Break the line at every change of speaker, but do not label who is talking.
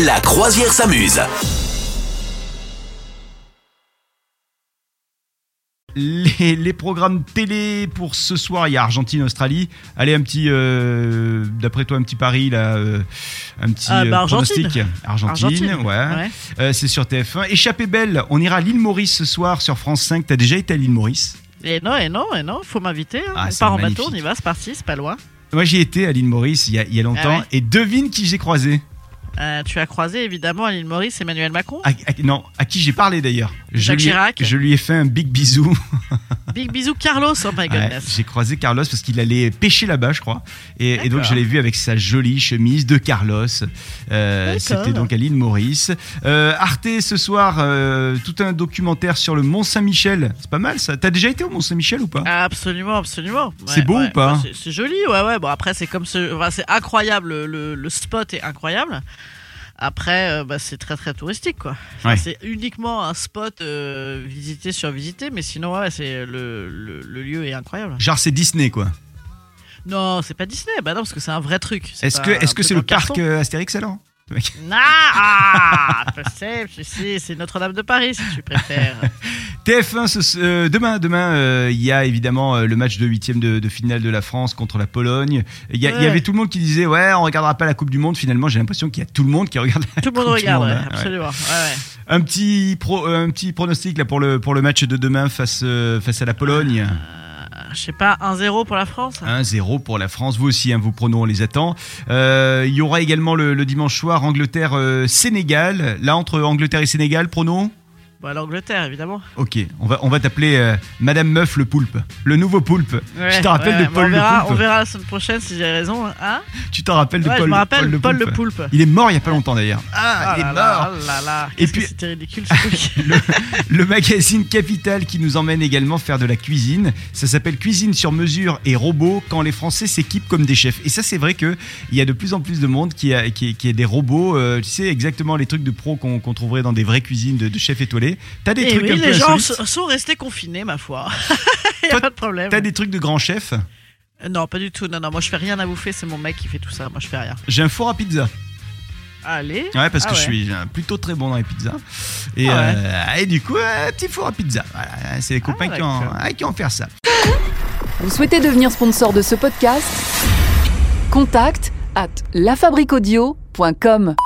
La croisière s'amuse.
les, les programmes télé pour ce soir. Il y a Argentine-Australie. Allez, un petit, euh, d'après toi, un petit pari, là, euh, un petit
Ah, bah,
euh, pronostic.
Argentine.
Argentine, ouais.
ouais.
Euh, c'est sur TF1. Échappée belle, on ira à l'île Maurice ce soir sur France 5. T'as déjà été à l'île Maurice
Et non, et non, et non, faut m'inviter. hein.
Ah,
on
c'est
part en
magnifique.
bateau, on y va, c'est parti, c'est pas loin.
Moi, j'y étais à l'île Maurice il y a, il y a longtemps.
Ah ouais
Et devine qui j'ai croisé.
Euh, tu as croisé évidemment à l'île Maurice Emmanuel Macron.
À- à- non, à qui j'ai parlé d'ailleurs. Je
Jacques
lui, ai-
Chirac.
je lui ai fait un big bisou.
Big bisou Carlos, oh my
Ah. Ouais,
goodness.
j'ai croisé Carlos parce qu'il allait pêcher là-bas, je crois. Et, et donc
D'accord.
je l'ai vu avec sa jolie chemise de Carlos. Euh,
D'accord.
C'était donc à l'île Maurice. Euh, Arte ce soir, euh, tout un documentaire sur le Mont Saint-Michel. C'est pas mal ça. T'as déjà été au Mont Saint-Michel ou pas
Ah, Absolument, absolument. Ouais,
C'est beau
ouais.
ou pas
Ouais, c'est- C'est joli, ouais, ouais. Bon, après, c'est comme ce. enfin, c'est incroyable, le- le, le spot est incroyable. Après, euh, bah, c'est très très touristique, quoi. Enfin,
Ouais.
C'est uniquement un spot euh, visité sur visité, mais sinon, ouais, c'est le, le- le lieu est incroyable.
Genre c'est Disney quoi.
Non, c'est pas Disney, bah non, parce que c'est un vrai truc. c'est
Est-ce
pas
que
un
est-ce que
truc
c'est le
en carton.
parc euh, Astérix alors
Non, ah, possible, si, si, c'est Notre-Dame de Paris si tu préfères.
TF1 ce- ce- euh, demain demain euh, il y a évidemment euh, le match de huitième de, de finale de la France contre la Pologne. Il y, a- il y
Ouais.
avait tout le monde qui disait ouais on regardera pas la Coupe du Monde finalement j'ai l'impression qu'il y a tout le monde qui regarde
Tout le monde
Coupe du
regarde,
monde,
ouais,
hein, ouais.
absolument. ouais, ouais.
Un petit, pro- euh, un petit pronostic là, pour, le, pour le match de demain face, euh, face à la Pologne.
Euh, Je sais pas, 1-0 pour la France
Hein. 1-0 pour la France. Vous aussi, hein, vos pronos, on les attend. Euh, il y aura également le, le dimanche soir Angleterre-Sénégal. là, entre Angleterre et Sénégal, pronos
Bah, L'Angleterre, évidemment.
Ok, on va, on va t'appeler euh, Madame Meuf le Poulpe. Le nouveau Poulpe.
Ouais,
tu t'en rappelles
ouais,
de
mais
Paul
on verra,
le
On
Poulpe
verra la semaine prochaine si j'ai raison. Hein
Tu t'en rappelles
ouais,
de Paul,
je me rappelle,
Paul le Poulpe
Poulpe.
Il est mort il n'y a pas longtemps d'ailleurs.
Ah,
il est
là
mort.
là, oh là là,
Et
qu'est-ce que
puis-
c'était ridicule ce truc.
Le magazine Capital qui nous emmène également faire de la cuisine. Ça s'appelle Cuisine sur mesure et robots quand les Français s'équipent comme des chefs. Et ça, c'est vrai que il y a de plus en plus de monde qui a, qui, qui a des robots. euh, tu sais, exactement les trucs de pro qu'on qu'on trouverait dans des vraies cuisines de, de chefs étoilés. T'as des
Et
trucs
Eh oui,
un peu
les gens
insolites
s- sont restés confinés, ma foi. Il n'y
Toi,
a pas de problème.
T'as des trucs de grands chefs
Euh, Non, pas du tout. Non, non, moi je fais rien à bouffer, c'est mon mec qui fait tout ça. Moi je fais rien.
J'ai un four à pizza.
Allez.
Ouais, parce
Ah
que je
ouais.
suis euh, plutôt très bon dans les pizzas. Et,
Ah ouais.
euh, et du coup, euh, petit four à pizza. Voilà, c'est les copains qui, ont,
d'accord.
ah, qui ont fait ça.
Vous souhaitez devenir sponsor de ce podcast Contact à lafabriquaudio.com.